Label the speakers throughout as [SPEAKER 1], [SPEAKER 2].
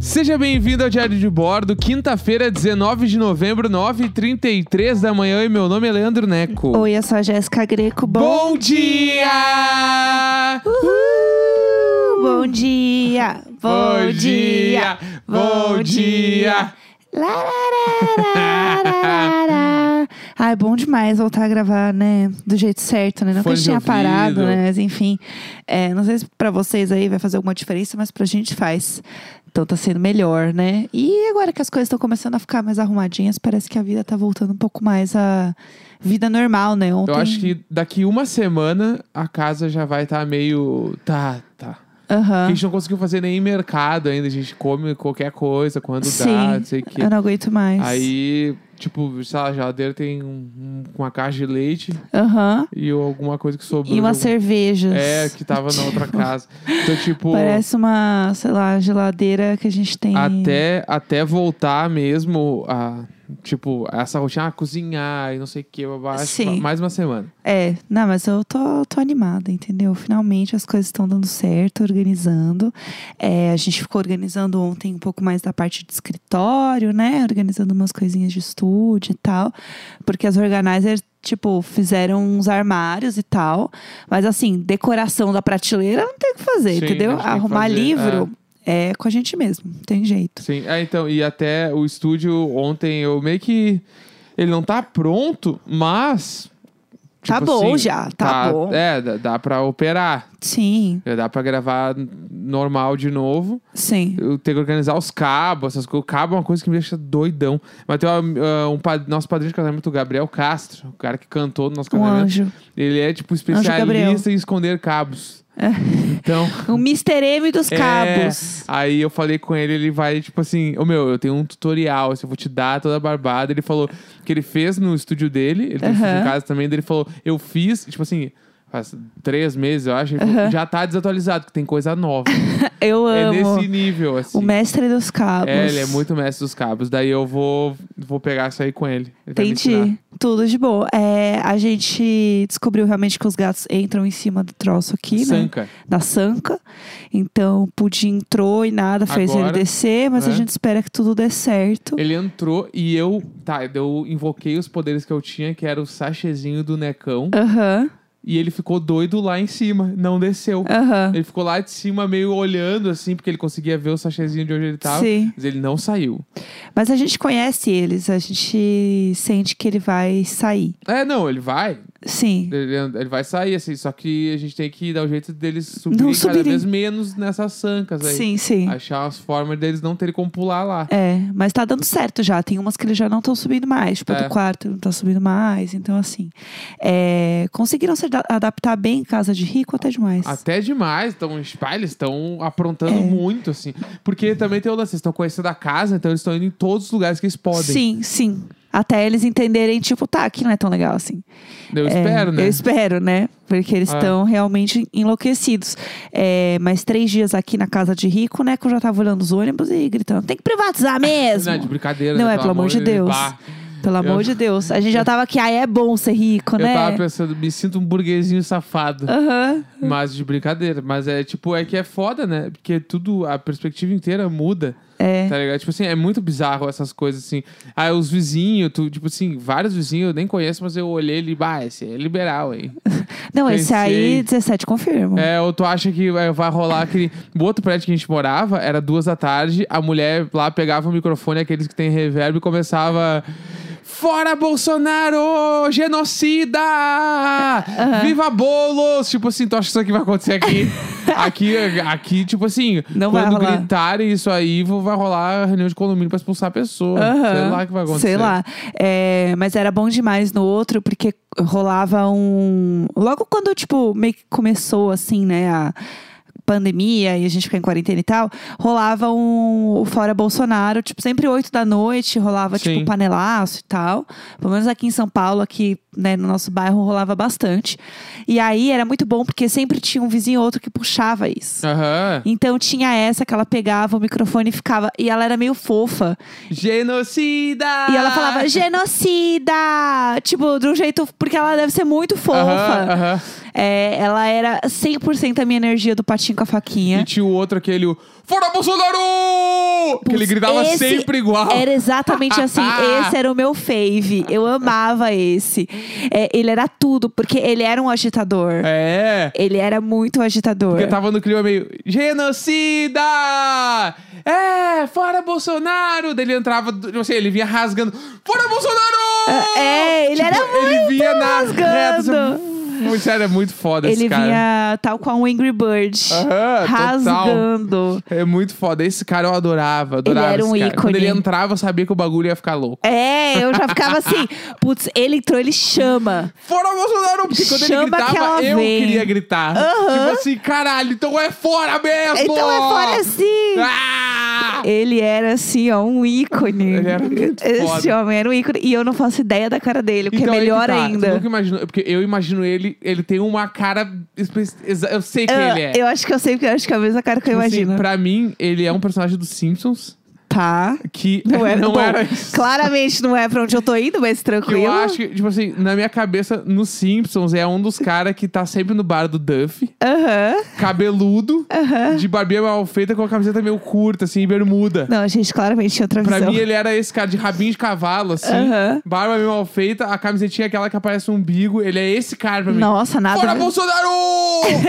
[SPEAKER 1] Seja bem-vindo ao Diário de Bordo, quinta-feira, 19 de novembro, 9h33 da manhã. E meu nome é Leandro Neco.
[SPEAKER 2] Oi, eu sou a Jéssica Greco. Bom,
[SPEAKER 1] Bom dia!
[SPEAKER 2] bom dia! Bom dia!
[SPEAKER 1] Bom dia!
[SPEAKER 2] Larararararara. Ai, bom demais voltar a gravar, né? Do jeito certo, né? Não que a
[SPEAKER 1] Fone
[SPEAKER 2] gente
[SPEAKER 1] de
[SPEAKER 2] tinha parado,
[SPEAKER 1] ouvido.
[SPEAKER 2] né? Mas enfim, é, não sei se pra vocês aí vai fazer alguma diferença, mas pra gente faz. Então tá sendo melhor, né? E agora que as coisas estão começando a ficar mais arrumadinhas, parece que a vida tá voltando um pouco mais à vida normal, né? Ontem...
[SPEAKER 1] Eu acho que daqui uma semana a casa já vai estar meio. Tá, tá.
[SPEAKER 2] Aham.
[SPEAKER 1] A gente não conseguiu fazer nem mercado ainda, a gente come qualquer coisa quando dá, não sei o quê.
[SPEAKER 2] Eu não aguento mais.
[SPEAKER 1] Aí, tipo, sei lá, a geladeira tem um- um- uma caixa de leite
[SPEAKER 2] Aham.
[SPEAKER 1] e alguma coisa que sobrou.
[SPEAKER 2] E
[SPEAKER 1] de
[SPEAKER 2] umas
[SPEAKER 1] algum-
[SPEAKER 2] cervejas.
[SPEAKER 1] É, que tava na outra casa. Então, tipo,
[SPEAKER 2] Parece uma, sei lá, geladeira que a gente tem.
[SPEAKER 1] até, até voltar mesmo a. Tipo, essa rotina, ah, cozinhar e não sei o que,
[SPEAKER 2] Sim.
[SPEAKER 1] tipo, mais uma semana.
[SPEAKER 2] É, não, mas eu tô, tô animada, entendeu? Finalmente as coisas estão dando certo, organizando. É, a gente ficou organizando ontem um pouco mais da parte de escritório, né? Organizando umas coisinhas de estúdio e tal. Porque as organizers, tipo, fizeram uns armários e tal. Mas assim, decoração da prateleira não tem o que fazer,
[SPEAKER 1] Sim,
[SPEAKER 2] entendeu?
[SPEAKER 1] acho que tem que
[SPEAKER 2] Arrumar
[SPEAKER 1] fazer,
[SPEAKER 2] livro é. com a gente mesmo, não tem jeito.
[SPEAKER 1] Sim, é, então, e até o estúdio ontem eu meio que. Ele não tá pronto, mas.
[SPEAKER 2] Tá
[SPEAKER 1] tipo
[SPEAKER 2] bom
[SPEAKER 1] assim,
[SPEAKER 2] já, tá bom.
[SPEAKER 1] É, dá, dá pra operar.
[SPEAKER 2] Sim,
[SPEAKER 1] Já dá pra gravar n- normal de novo.
[SPEAKER 2] sim.
[SPEAKER 1] Eu tenho que organizar os cabos, essas coisas. O cabo é uma coisa que me deixa doidão. Mas tem uma- ah, um, pad- nosso padrinho de casamento, o Gabriel Castro, o cara que cantou no nosso
[SPEAKER 2] Um
[SPEAKER 1] casamento.
[SPEAKER 2] anjo.
[SPEAKER 1] Ele é, tipo,
[SPEAKER 2] Gabriel. É.
[SPEAKER 1] especialista em esconder cabos. Então.
[SPEAKER 2] O Mr. M dos
[SPEAKER 1] É,
[SPEAKER 2] cabos.
[SPEAKER 1] Aí eu falei com ele, ele vai, tipo assim, ô meu, eu tenho um tutorial, assim, eu vou te dar toda a barbada. Ele falou que ele fez no estúdio dele, ele tem um
[SPEAKER 2] Aham.
[SPEAKER 1] estúdio em casa também, daí ele falou, eu fiz, tipo assim, faz três meses, eu acho, ele falou, já tá desatualizado, que tem coisa nova.
[SPEAKER 2] Eu
[SPEAKER 1] é
[SPEAKER 2] amo.
[SPEAKER 1] nesse nível, assim.
[SPEAKER 2] O mestre dos cabos.
[SPEAKER 1] é, ele é muito mestre dos cabos. Daí eu vou, vou pegar isso aí com ele. ele vai me ensinar.
[SPEAKER 2] Entendi. Tudo de boa. É, a gente descobriu realmente que os gatos entram em cima do troço aqui, né?
[SPEAKER 1] Sanca.
[SPEAKER 2] Da sanca. Então, o Pudim entrou e nada fez
[SPEAKER 1] Agora,
[SPEAKER 2] ele descer, mas
[SPEAKER 1] né?
[SPEAKER 2] a gente espera que tudo dê certo.
[SPEAKER 1] Ele entrou e eu, tá, eu invoquei os poderes que eu tinha, que era o sachezinho do necão.
[SPEAKER 2] Aham,
[SPEAKER 1] E ele ficou doido lá em cima, não desceu.
[SPEAKER 2] aham.
[SPEAKER 1] Ele ficou lá de cima meio olhando assim, porque ele conseguia ver o sachezinho de onde ele tava.
[SPEAKER 2] Sim.
[SPEAKER 1] Mas ele não saiu.
[SPEAKER 2] Mas a gente conhece eles, a gente sente que ele vai sair.
[SPEAKER 1] É, não, ele vai.
[SPEAKER 2] Sim.
[SPEAKER 1] Ele, ele vai sair, assim. Só que a gente tem que dar o jeito deles subirem
[SPEAKER 2] Não
[SPEAKER 1] cada
[SPEAKER 2] subirem.
[SPEAKER 1] vez menos nessas sancas aí.
[SPEAKER 2] Sim, sim.
[SPEAKER 1] Achar as formas deles não terem como pular lá.
[SPEAKER 2] É, mas tá dando certo já. Tem umas que eles já não estão subindo mais. Tipo, a
[SPEAKER 1] É.
[SPEAKER 2] do quarto não tá subindo mais. Então, assim. é, conseguiram se ada- adaptar bem em casa de rico até demais.
[SPEAKER 1] Até demais, então os pais eles estão
[SPEAKER 2] É.
[SPEAKER 1] aprontando muito, assim. Porque também tem o lance, eles estão conhecendo a casa, então eles estão indo em todos os lugares que eles podem.
[SPEAKER 2] Sim, sim. Até eles entenderem, tipo, tá, aqui não é tão legal assim.
[SPEAKER 1] Eu
[SPEAKER 2] É,
[SPEAKER 1] espero, né?
[SPEAKER 2] Eu espero, né? Porque eles
[SPEAKER 1] É.
[SPEAKER 2] estão realmente enlouquecidos. É, mas três dias aqui na casa de rico, né? Que eu já tava olhando os ônibus e gritando: tem que privatizar mesmo!
[SPEAKER 1] Não, é de brincadeira.
[SPEAKER 2] Não
[SPEAKER 1] né?
[SPEAKER 2] é, pelo amor de Deus.
[SPEAKER 1] Bah,
[SPEAKER 2] Pelo amor
[SPEAKER 1] Eu-
[SPEAKER 2] de Deus. A gente já tava aqui, ah, é bom ser rico,
[SPEAKER 1] Eu
[SPEAKER 2] né?
[SPEAKER 1] tava pensando, me sinto um burguesinho safado.
[SPEAKER 2] Aham.
[SPEAKER 1] Mas de brincadeira. Mas é tipo, é que é foda, né? Porque tudo, a perspectiva inteira muda.
[SPEAKER 2] É.
[SPEAKER 1] Tá ligado? Tipo assim, é muito bizarro essas coisas assim. Ah, os vizinhos, tu, tipo assim, vários vizinhos eu nem conheço, mas eu olhei ele, bah, esse é liberal, hein?
[SPEAKER 2] Não, esse
[SPEAKER 1] Pensei.
[SPEAKER 2] aí, 17, confirmo.
[SPEAKER 1] É, ou tu acha que é, vai rolar aquele. O outro prédio que a gente morava era duas da tarde, a mulher lá pegava o microfone, aqueles que tem reverb, e começava. Fora Bolsonaro! Genocida! Viva Boulos! Tipo assim, tu acha que isso aqui vai acontecer aqui? aqui, aqui, tipo assim,
[SPEAKER 2] Não vai
[SPEAKER 1] quando
[SPEAKER 2] rolar.
[SPEAKER 1] gritarem isso aí, vo- vai rolar reunião de condomínio pra expulsar a pessoa.
[SPEAKER 2] Aham.
[SPEAKER 1] Sei lá o que vai acontecer.
[SPEAKER 2] Sei lá. É, mas era bom demais no outro, porque rolava um. Logo quando, tipo, meio que começou, assim, né, a pandemia e a gente ficar em quarentena e tal, rolava um o Fora Bolsonaro, tipo, sempre 8 da noite, rolava,
[SPEAKER 1] Sim.
[SPEAKER 2] tipo, panelaço e tal. Pelo menos aqui em São Paulo, aqui, né, no nosso bairro, rolava bastante. E aí era muito bom, porque sempre tinha um vizinho ou outro que puxava isso.
[SPEAKER 1] Aham.
[SPEAKER 2] Então tinha essa que ela pegava o microfone e ficava. E ela era meio fofa.
[SPEAKER 1] Genocida!
[SPEAKER 2] E ela falava, genocida! Tipo, de um jeito. Porque ela deve ser muito fofa.
[SPEAKER 1] Aham, aham.
[SPEAKER 2] É, ela era 100% a minha energia do patinho com a faquinha.
[SPEAKER 1] E tinha o outro, aquele. o, Fora Bolsonaro! que tipo, ele
[SPEAKER 2] Putz,
[SPEAKER 1] gritava
[SPEAKER 2] esse
[SPEAKER 1] sempre igual.
[SPEAKER 2] Era exatamente assim. esse era o meu fave. Eu amava esse. É, ele era tudo, porque ele era um agitador.
[SPEAKER 1] É.
[SPEAKER 2] Ele era muito agitador.
[SPEAKER 1] Porque tava no clima meio. Genocida! É! Fora Bolsonaro! Daí ele entrava. Não sei, ele vinha rasgando. Fora Bolsonaro! Tipo,
[SPEAKER 2] É, ele era muito
[SPEAKER 1] Ele vinha na é, reta.
[SPEAKER 2] rasgando.
[SPEAKER 1] assim, muito sério, é muito foda
[SPEAKER 2] Ele
[SPEAKER 1] esse cara.
[SPEAKER 2] vinha tal qual um Angry Bird.
[SPEAKER 1] Aham,
[SPEAKER 2] rasgando.
[SPEAKER 1] É muito foda. Esse cara eu adorava. adorava
[SPEAKER 2] era
[SPEAKER 1] esse
[SPEAKER 2] um
[SPEAKER 1] cara. Quando
[SPEAKER 2] ícone.
[SPEAKER 1] ele entrava, eu sabia que o bagulho ia ficar louco.
[SPEAKER 2] É, eu já ficava assim. Putz, ele entrou, ele chama.
[SPEAKER 1] Fora Bolsonaro! Porque quando
[SPEAKER 2] Chama
[SPEAKER 1] ele
[SPEAKER 2] que
[SPEAKER 1] gritava,
[SPEAKER 2] ela
[SPEAKER 1] eu
[SPEAKER 2] vem.
[SPEAKER 1] queria gritar.
[SPEAKER 2] Aham.
[SPEAKER 1] Tipo assim, caralho, então é fora mesmo!
[SPEAKER 2] Então é fora assim.
[SPEAKER 1] Ah!
[SPEAKER 2] Ele era assim, ó, um ícone.
[SPEAKER 1] Ele era muito
[SPEAKER 2] Esse
[SPEAKER 1] foda.
[SPEAKER 2] homem era um ícone. E eu não faço ideia da cara dele, porque
[SPEAKER 1] Então,
[SPEAKER 2] é
[SPEAKER 1] aí que
[SPEAKER 2] melhor
[SPEAKER 1] tá. Tu
[SPEAKER 2] ainda.
[SPEAKER 1] nunca imaginou, porque eu imagino ele, ele tem uma cara. espe- exa- Eu sei quem
[SPEAKER 2] Ah,
[SPEAKER 1] ele é.
[SPEAKER 2] Eu acho que eu sei, porque eu acho que é a mesma cara que eu
[SPEAKER 1] Tipo assim,
[SPEAKER 2] imagino.
[SPEAKER 1] pra mim, ele é um personagem dos Simpsons
[SPEAKER 2] Tá.
[SPEAKER 1] que
[SPEAKER 2] Não era, bom,
[SPEAKER 1] isso.
[SPEAKER 2] Claramente não é pra onde eu tô indo, mas
[SPEAKER 1] Que
[SPEAKER 2] tranquilo.
[SPEAKER 1] eu acho que, tipo assim, na minha cabeça, nos Simpsons, é um dos caras que tá sempre no bar do Duff,
[SPEAKER 2] Aham.
[SPEAKER 1] cabeludo, de barbinha mal feita, com a camiseta meio curta, assim, e bermuda.
[SPEAKER 2] Não, gente, claramente tinha outra
[SPEAKER 1] Pra
[SPEAKER 2] visão.
[SPEAKER 1] mim, é- ele era esse cara de rabinho de cavalo, assim,
[SPEAKER 2] Aham.
[SPEAKER 1] barba meio mal feita, a camisetinha é aquela que aparece um umbigo. Ele é esse cara pra mim.
[SPEAKER 2] Nossa, nada.
[SPEAKER 1] Fora Bolsonaro!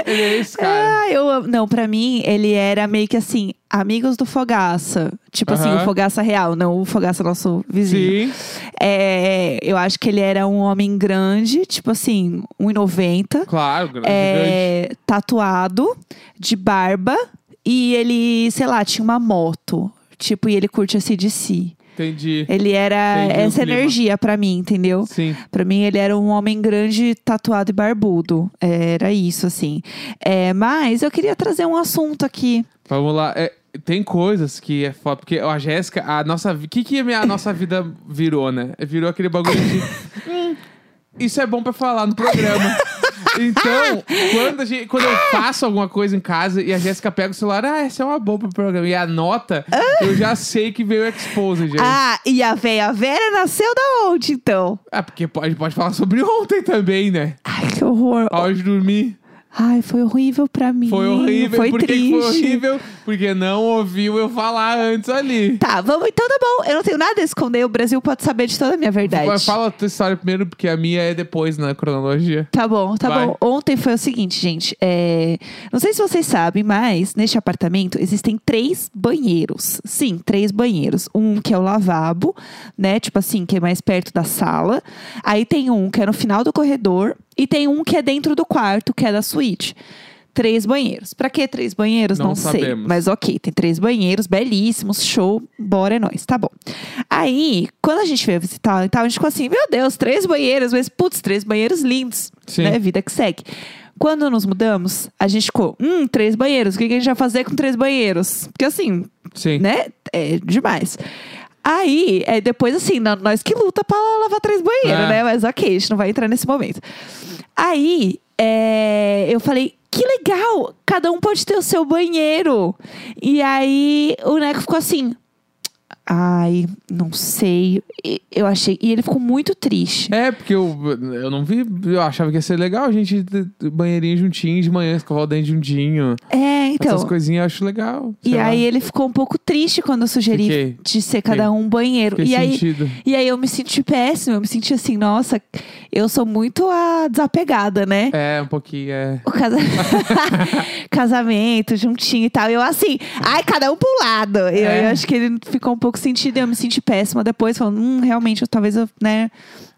[SPEAKER 1] ele é esse cara.
[SPEAKER 2] Ah, eu amo. Não, pra mim, ele era meio que assim, amigos do Fogaça. Tipo assim,
[SPEAKER 1] Aham.
[SPEAKER 2] o Fogaça real, não o Fogaça nosso vizinho.
[SPEAKER 1] Sim.
[SPEAKER 2] É, eu acho que ele era um homem grande, tipo assim, 1,90.
[SPEAKER 1] Claro, grande. gigante.
[SPEAKER 2] É, tatuado, de barba. E ele, sei lá, tinha uma moto. Tipo, e ele curte esse de si.
[SPEAKER 1] Entendi.
[SPEAKER 2] Ele era
[SPEAKER 1] Entendi o
[SPEAKER 2] essa
[SPEAKER 1] clima.
[SPEAKER 2] energia pra mim, entendeu?
[SPEAKER 1] Sim.
[SPEAKER 2] Pra mim, ele era um homem grande, tatuado e barbudo. Era isso, assim. É, mas eu queria trazer um assunto aqui.
[SPEAKER 1] Vamos lá. É, tem coisas que é foda, porque ó, a Jéssica, a nossa. O que, que a, minha- a nossa vida virou, né? Virou aquele bagulho de. "Hum, isso é bom pra falar no programa. Então, quando, a gente- quando eu faço alguma coisa em casa e a Jéssica pega o celular, ah, essa é uma boa pro programa, e anota, eu já sei que veio o Exposed. gente.
[SPEAKER 2] Ah, e a Véia Vera nasceu da onde, então?
[SPEAKER 1] Ah, porque pode, pode falar sobre ontem também, né?
[SPEAKER 2] Ai, que horror.
[SPEAKER 1] A hora de dormir.
[SPEAKER 2] Ai, foi horrível pra mim.
[SPEAKER 1] Foi horrível.
[SPEAKER 2] Foi
[SPEAKER 1] Por que que
[SPEAKER 2] triste.
[SPEAKER 1] foi horrível? Porque não ouviu eu falar antes ali.
[SPEAKER 2] Tá, vamos. Então tá bom. Eu não tenho nada a esconder. O Brasil pode saber de toda a minha verdade.
[SPEAKER 1] Mas Tipo, Fala a tua história primeiro, porque a minha é depois na cronologia.
[SPEAKER 2] Tá bom, tá
[SPEAKER 1] Vai.
[SPEAKER 2] bom. Ontem foi o seguinte, gente. é, Não sei se vocês sabem, mas neste apartamento existem três banheiros. Sim, três banheiros. Um que é o lavabo, né? Tipo assim, que é mais perto da sala. Aí tem um que é no final do corredor. E tem um que é dentro do quarto, que é da suíte. Três banheiros. Pra que três banheiros?
[SPEAKER 1] Não
[SPEAKER 2] Não, sei.
[SPEAKER 1] sabemos.
[SPEAKER 2] Mas ok, tem três banheiros belíssimos, show, bora é nóis, tá bom. Aí, quando a gente veio visitar e tal, a gente ficou assim, meu Deus, três banheiros, mas putz, três banheiros lindos,
[SPEAKER 1] Sim.
[SPEAKER 2] né? Vida que segue. Quando nos mudamos, a gente ficou, hum, três banheiros, o que que a gente vai fazer com três banheiros? Porque assim,
[SPEAKER 1] Sim.
[SPEAKER 2] né? É demais. Aí, é, depois assim, nó- nós que luta pra lavar três banheiros,
[SPEAKER 1] É.
[SPEAKER 2] né? Mas ok, a gente não vai entrar nesse momento. Aí, é, eu falei, que legal, cada um pode ter o seu banheiro. E aí, o Neco ficou assim, ai, não sei, E- eu achei. E ele ficou muito triste.
[SPEAKER 1] É, porque eu, eu não vi, eu achava que ia ser legal a gente ter banheirinho juntinho de manhã, escovar o dente juntinho.
[SPEAKER 2] É, então.
[SPEAKER 1] Essas coisinhas eu acho legal.
[SPEAKER 2] E
[SPEAKER 1] sei lá.
[SPEAKER 2] aí ele ficou um pouco triste quando eu sugeri
[SPEAKER 1] Fiquei.
[SPEAKER 2] de ser cada um um banheiro.
[SPEAKER 1] Que
[SPEAKER 2] e aí
[SPEAKER 1] sentido.
[SPEAKER 2] E aí eu me senti péssima, eu me senti assim, nossa, eu sou muito a desapegada, né?
[SPEAKER 1] É, um pouquinho, é.
[SPEAKER 2] O casa- casamento, juntinho e tal. E eu assim, ai, cada um pra um lado. Eu,
[SPEAKER 1] É.
[SPEAKER 2] eu acho que ele ficou um pouco sentido e eu me senti péssima depois, falando, hum, realmente, eu, talvez eu, né?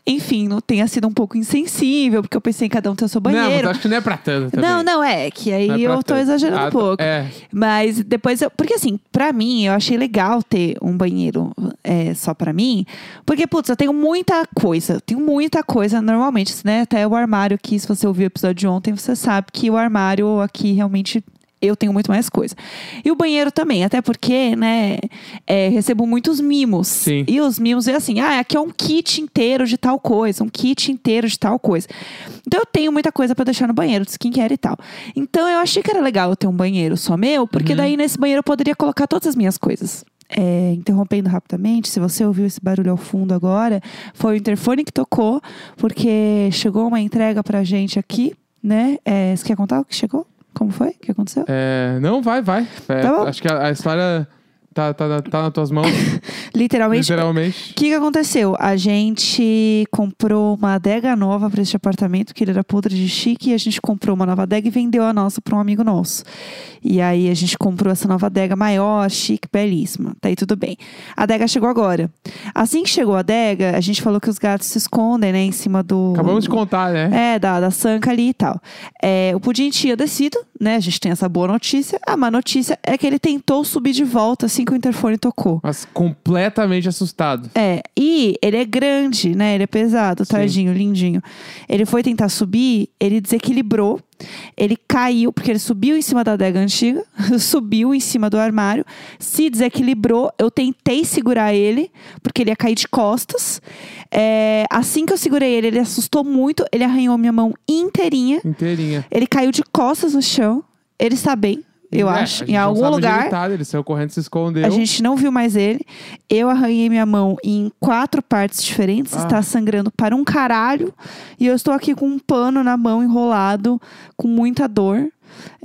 [SPEAKER 2] Enfim, não tenha sido um pouco insensível, porque eu pensei em cada um ter o seu
[SPEAKER 1] Não, mas
[SPEAKER 2] banheiro.
[SPEAKER 1] acho que não é pra tanto também.
[SPEAKER 2] Não, não, é que aí
[SPEAKER 1] Não é pra
[SPEAKER 2] eu tô
[SPEAKER 1] tanto.
[SPEAKER 2] exagerando
[SPEAKER 1] Ah,
[SPEAKER 2] um
[SPEAKER 1] tá.
[SPEAKER 2] pouco.
[SPEAKER 1] É,
[SPEAKER 2] Mas depois eu. Porque assim, pra mim, eu achei legal ter um banheiro é, só pra mim. Porque, putz, eu tenho muita coisa. Eu tenho muita coisa normalmente, né? Até o armário que, se você ouviu o episódio de ontem, você sabe que o armário aqui realmente. Eu tenho muito mais coisa. E o banheiro também, até porque, né, é, recebo muitos mimos.
[SPEAKER 1] Sim.
[SPEAKER 2] E os mimos é assim, ah, aqui é um kit inteiro de tal coisa, um kit inteiro de tal coisa. Então eu tenho muita coisa pra deixar no banheiro, de skincare e tal. Então eu achei que era legal eu ter um banheiro só meu, porque daí nesse banheiro eu poderia colocar todas as minhas coisas. É, interrompendo rapidamente, se você ouviu esse barulho ao fundo agora, foi o interfone que tocou, porque chegou uma entrega pra gente aqui, né? É, você quer contar o que chegou? Como foi? O que aconteceu?
[SPEAKER 1] É, não, vai, vai. É,
[SPEAKER 2] Tá bom.
[SPEAKER 1] acho que a, a história tá, tá, tá nas tuas mãos,
[SPEAKER 2] Literalmente,
[SPEAKER 1] literalmente.
[SPEAKER 2] O que, que aconteceu? A gente comprou uma adega nova para este apartamento, que ele era podre de chique, e a gente comprou uma nova adega e vendeu a nossa para um amigo nosso. E aí a gente comprou essa nova adega maior, chique, belíssima. Tá aí tudo bem. A adega chegou agora. Assim que chegou a adega, a gente falou que os gatos se escondem, né, em cima do.
[SPEAKER 1] Acabamos de contar, né?
[SPEAKER 2] É, da, da sanca ali e tal. É, o Pudim tinha descido, né? A gente tem essa boa notícia. A má notícia é que ele tentou subir de volta assim que o interfone tocou.
[SPEAKER 1] Mas completamente assustado.
[SPEAKER 2] É, e ele é grande, né? Ele é pesado,
[SPEAKER 1] Sim.
[SPEAKER 2] tadinho, lindinho. Ele foi tentar subir, ele desequilibrou, ele caiu, porque ele subiu em cima da adega antiga, subiu em cima do armário, se desequilibrou. Eu tentei segurar ele, porque ele ia cair de costas. É, assim que eu segurei ele, ele assustou muito, ele arranhou minha mão inteirinha.
[SPEAKER 1] Inteirinha.
[SPEAKER 2] Ele caiu de costas no chão. Ele está bem, eu
[SPEAKER 1] É, a
[SPEAKER 2] acho,
[SPEAKER 1] gente
[SPEAKER 2] em
[SPEAKER 1] não
[SPEAKER 2] algum
[SPEAKER 1] sabe onde
[SPEAKER 2] lugar.
[SPEAKER 1] Ele, tá, ele saiu correndo, se escondeu.
[SPEAKER 2] A gente não viu mais ele. Eu arranhei minha mão em quatro partes diferentes.
[SPEAKER 1] Ah.
[SPEAKER 2] Está sangrando para um caralho. E eu estou aqui com um pano na mão enrolado, com muita dor.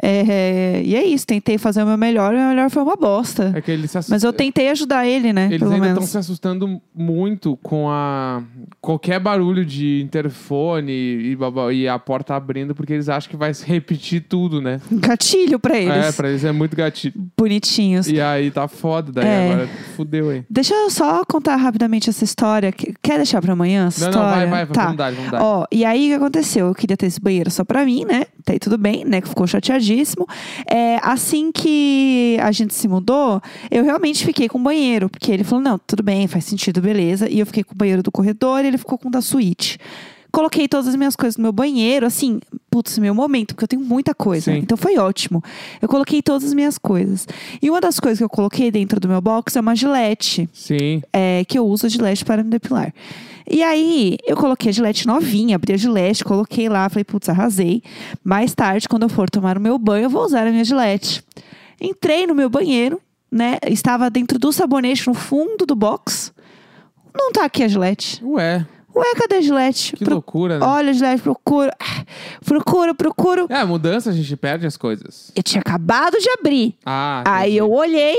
[SPEAKER 2] É, e é isso. Tentei fazer o meu melhor. E o meu melhor foi uma bosta.
[SPEAKER 1] É que ele se assustou.
[SPEAKER 2] Mas eu tentei ajudar ele, né?
[SPEAKER 1] Eles
[SPEAKER 2] pelo
[SPEAKER 1] ainda estão
[SPEAKER 2] menos.
[SPEAKER 1] se assustando muito com a qualquer barulho de interfone e, babá- e a porta abrindo, porque eles acham que vai se repetir tudo, né?
[SPEAKER 2] Um gatilho para eles.
[SPEAKER 1] É, pra eles é muito gatilho.
[SPEAKER 2] Bonitinhos.
[SPEAKER 1] E aí tá foda, daí
[SPEAKER 2] É.
[SPEAKER 1] agora fudeu, hein?
[SPEAKER 2] Deixa eu só contar rapidamente essa história. Que- Quer deixar pra amanhã essa
[SPEAKER 1] Não, não,
[SPEAKER 2] história?
[SPEAKER 1] vai, vai, vai,
[SPEAKER 2] tá.
[SPEAKER 1] vamos dar, vamos dar.
[SPEAKER 2] Ó, e aí o que aconteceu? Eu queria ter esse banheiro só pra mim, né? Tá aí tudo bem, né? Que ficou chateadíssimo. É, assim que a gente se mudou, eu realmente fiquei com o banheiro. Porque ele falou, não, tudo bem, faz sentido, beleza. E eu fiquei com o banheiro do corredor e ele ficou com o da suíte. Coloquei todas as minhas coisas no meu banheiro, assim, putz, meu momento, porque eu tenho muita coisa.
[SPEAKER 1] Sim.
[SPEAKER 2] Então foi ótimo. Eu coloquei todas as minhas coisas. E uma das coisas que eu coloquei dentro do meu box é uma gilete
[SPEAKER 1] Sim.
[SPEAKER 2] é, que eu uso a Gillette para me depilar. E aí, eu coloquei a Gillette novinha, abri a Gillette, coloquei lá, falei, putz, arrasei. Mais tarde, quando eu for tomar o meu banho, eu vou usar a minha Gillette. Entrei no meu banheiro, né? Estava dentro do sabonete, no fundo do box. Não tá aqui a Gillette.
[SPEAKER 1] Ué,
[SPEAKER 2] Ué, cadê a Gillette?
[SPEAKER 1] que
[SPEAKER 2] Pro-
[SPEAKER 1] loucura, né?
[SPEAKER 2] Olha, Gillette, procuro. Ah, Procuro, procuro.
[SPEAKER 1] É, mudança, a gente perde as coisas.
[SPEAKER 2] Eu tinha acabado de abrir.
[SPEAKER 1] Ah,
[SPEAKER 2] Aí eu
[SPEAKER 1] entendi.
[SPEAKER 2] olhei,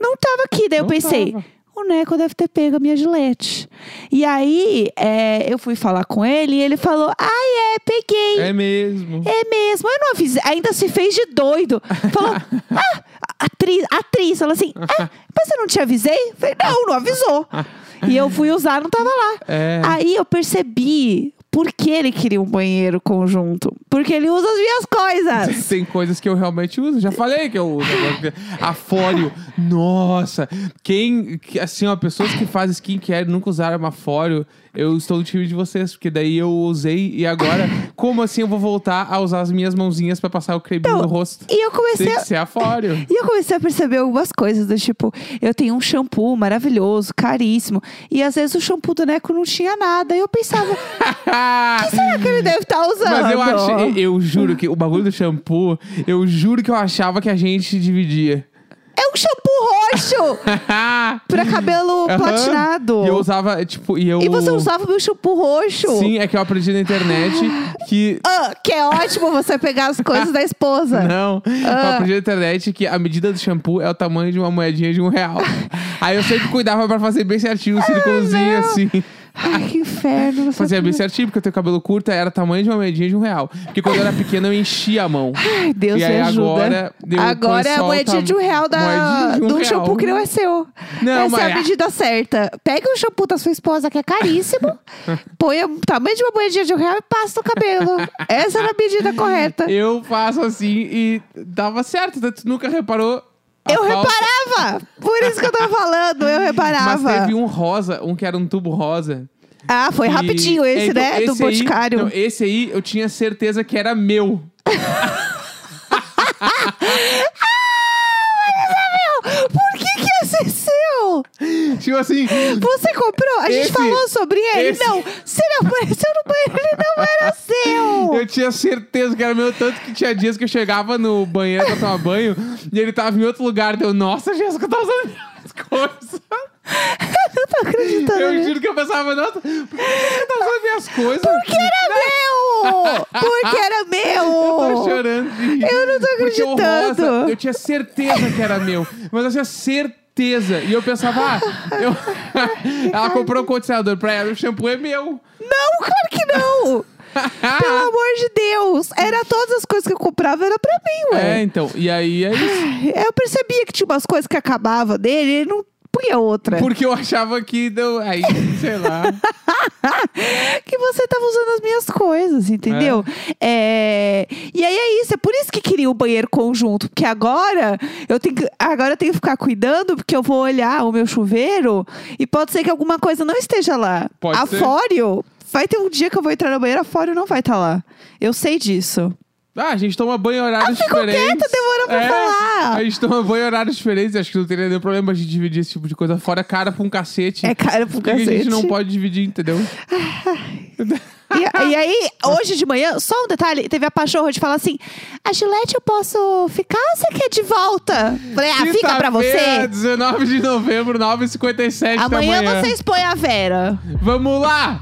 [SPEAKER 2] não tava aqui. Daí eu
[SPEAKER 1] Não
[SPEAKER 2] pensei,
[SPEAKER 1] tava.
[SPEAKER 2] o Neco deve ter pego a minha gilete. E aí é, eu fui falar com ele e ele falou: ai, é, peguei. É.
[SPEAKER 1] É mesmo.
[SPEAKER 2] mesmo, eu não avisei. Ainda se fez de doido. Falou, ah, atriz, atriz. Falou assim, ah, mas eu não te avisei? Falei, não, não avisou. E eu fui usar, não tava lá.
[SPEAKER 1] É.
[SPEAKER 2] Aí eu percebi por que ele queria um banheiro conjunto. Porque ele usa as minhas coisas.
[SPEAKER 1] Tem coisas que eu realmente uso. Já falei que eu uso. agora. Afólio. Nossa. Quem. que- Assim, ó, pessoas que fazem skincare e nunca usaram afólio, eu estou no time de vocês, porque daí eu usei e agora, como assim eu vou voltar a usar as minhas mãozinhas pra passar o creminho no rosto?
[SPEAKER 2] Então, E é eu comecei
[SPEAKER 1] Tem
[SPEAKER 2] a
[SPEAKER 1] que ser afólio.
[SPEAKER 2] E eu comecei a perceber algumas coisas, do tipo, eu tenho um shampoo maravilhoso, caríssimo, e às vezes o shampoo do Neco não tinha nada. E eu pensava, o que será que ele deve estar usando?
[SPEAKER 1] Mas eu achei, eu juro que o bagulho do shampoo, eu juro que eu achava que a gente dividia.
[SPEAKER 2] É um shampoo roxo pra cabelo
[SPEAKER 1] Aham.
[SPEAKER 2] platinado.
[SPEAKER 1] E eu usava, tipo, e eu.
[SPEAKER 2] E você usava o meu shampoo roxo?
[SPEAKER 1] Sim, é que eu aprendi na internet que.
[SPEAKER 2] Ah, que é ótimo você pegar as coisas da esposa.
[SPEAKER 1] Não,
[SPEAKER 2] Ah.
[SPEAKER 1] eu aprendi na internet que a medida do shampoo é o tamanho de uma moedinha de um real. Aí eu sempre cuidava pra fazer bem certinho o círculozinho
[SPEAKER 2] não.
[SPEAKER 1] assim.
[SPEAKER 2] Ai, que inferno. você-
[SPEAKER 1] Fazia bem certinho, porque eu tenho cabelo curto, era o tamanho de uma moedinha de um real. Porque quando eu era pequena eu enchia a mão.
[SPEAKER 2] Ai, Deus
[SPEAKER 1] E
[SPEAKER 2] me
[SPEAKER 1] aí
[SPEAKER 2] ajuda.
[SPEAKER 1] agora eu
[SPEAKER 2] agora
[SPEAKER 1] põe
[SPEAKER 2] é a
[SPEAKER 1] só o
[SPEAKER 2] moedinha
[SPEAKER 1] tam-
[SPEAKER 2] de um real da,
[SPEAKER 1] moedinha de um
[SPEAKER 2] do
[SPEAKER 1] real.
[SPEAKER 2] shampoo que não é seu.
[SPEAKER 1] Não,
[SPEAKER 2] Essa é
[SPEAKER 1] mas-
[SPEAKER 2] a medida certa. Pega o shampoo da sua esposa, que é caríssimo, põe o tamanho de uma moedinha de um real e passa no cabelo. Essa era a medida correta. Eu,
[SPEAKER 1] Eu faço assim e dava certo. Tu nunca reparou. a falta.
[SPEAKER 2] reparava! Por isso que eu tava falando, eu reparava.
[SPEAKER 1] Mas teve um rosa, um que era um tubo rosa.
[SPEAKER 2] Ah, foi
[SPEAKER 1] E-
[SPEAKER 2] rapidinho
[SPEAKER 1] é,
[SPEAKER 2] esse,
[SPEAKER 1] então,
[SPEAKER 2] né? do
[SPEAKER 1] esse aí-
[SPEAKER 2] Boticário.
[SPEAKER 1] não, esse aí eu tinha certeza que era meu.
[SPEAKER 2] Por que que esse é seu?
[SPEAKER 1] Tipo assim,
[SPEAKER 2] Você comprou? A gente
[SPEAKER 1] Esse-
[SPEAKER 2] falou sobre ele.
[SPEAKER 1] esse-
[SPEAKER 2] Não, se ele apareceu no banheiro, ele não era seu.
[SPEAKER 1] eu tinha certeza que era meu, tanto que tinha dias que eu chegava no banheiro pra tomar banho e ele tava em outro lugar. Deu, nossa, Jéssica, tá usando minhas coisas.
[SPEAKER 2] Eu tô acreditando.
[SPEAKER 1] Eu
[SPEAKER 2] né?
[SPEAKER 1] juro que eu pensava, nossa, por que você tá usando minhas coisas?
[SPEAKER 2] Porque era meu! Porque era
[SPEAKER 1] Eu tô
[SPEAKER 2] meu!
[SPEAKER 1] chorando. de rir.
[SPEAKER 2] Eu não tô
[SPEAKER 1] Porque o
[SPEAKER 2] acreditando.
[SPEAKER 1] rosa, eu tinha certeza que era meu. Mas eu tinha certeza. E eu pensava, ah, eu... ela comprou um condicionador pra ela, o shampoo é meu.
[SPEAKER 2] Não, claro que não! Pelo amor de Deus! Era todas as coisas que eu comprava, era pra mim,
[SPEAKER 1] É,
[SPEAKER 2] ué.
[SPEAKER 1] então. E aí é isso.
[SPEAKER 2] Eu percebia que tinha umas coisas que acabava dele, ele não punha outra.
[SPEAKER 1] Porque eu achava que deu. Aí, sei lá.
[SPEAKER 2] que você tava usando as minhas coisas, entendeu? É, E aí é isso, é por isso que queria o banheiro conjunto, porque agora eu tenho que, agora eu tenho que ficar cuidando, porque eu vou olhar o meu chuveiro e pode ser que alguma coisa não esteja lá.
[SPEAKER 1] Pode ser.
[SPEAKER 2] Afório, vai ter um dia que eu vou entrar no banheiro, afório não vai estar lá. Eu sei disso.
[SPEAKER 1] Ah, a gente toma banho em horários
[SPEAKER 2] Ficou
[SPEAKER 1] diferentes.
[SPEAKER 2] quieta, demorou pra
[SPEAKER 1] É,
[SPEAKER 2] falar.
[SPEAKER 1] A gente toma banho em horários diferentes. Acho que não teria nenhum problema a gente dividir esse tipo de coisa fora, cara pra um cacete.
[SPEAKER 2] É caro pro
[SPEAKER 1] Por que que a
[SPEAKER 2] cacete.
[SPEAKER 1] gente não pode dividir, entendeu?
[SPEAKER 2] E, e aí, hoje de manhã, só um detalhe, teve a pachorra de falar assim: a Gillette eu posso ficar ou você quer de volta? Falei, ah, fica
[SPEAKER 1] tá
[SPEAKER 2] pra
[SPEAKER 1] Quinta-feira,
[SPEAKER 2] você.
[SPEAKER 1] 19 de novembro, 9h57 da
[SPEAKER 2] Amanhã
[SPEAKER 1] manhã.
[SPEAKER 2] você expõe a Vera.
[SPEAKER 1] Vamos lá!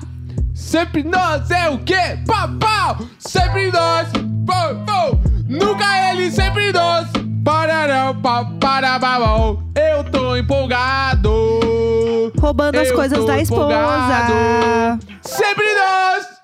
[SPEAKER 1] Sempre nós é o quê? Pau, pau! Sempre nós! Pau, pau! Nunca ele, sempre nós! Pararão, pau, parababau! Eu tô empolgado!
[SPEAKER 2] Roubando as
[SPEAKER 1] Eu
[SPEAKER 2] coisas
[SPEAKER 1] tô
[SPEAKER 2] da esposa.
[SPEAKER 1] empolgado. Sempre nós!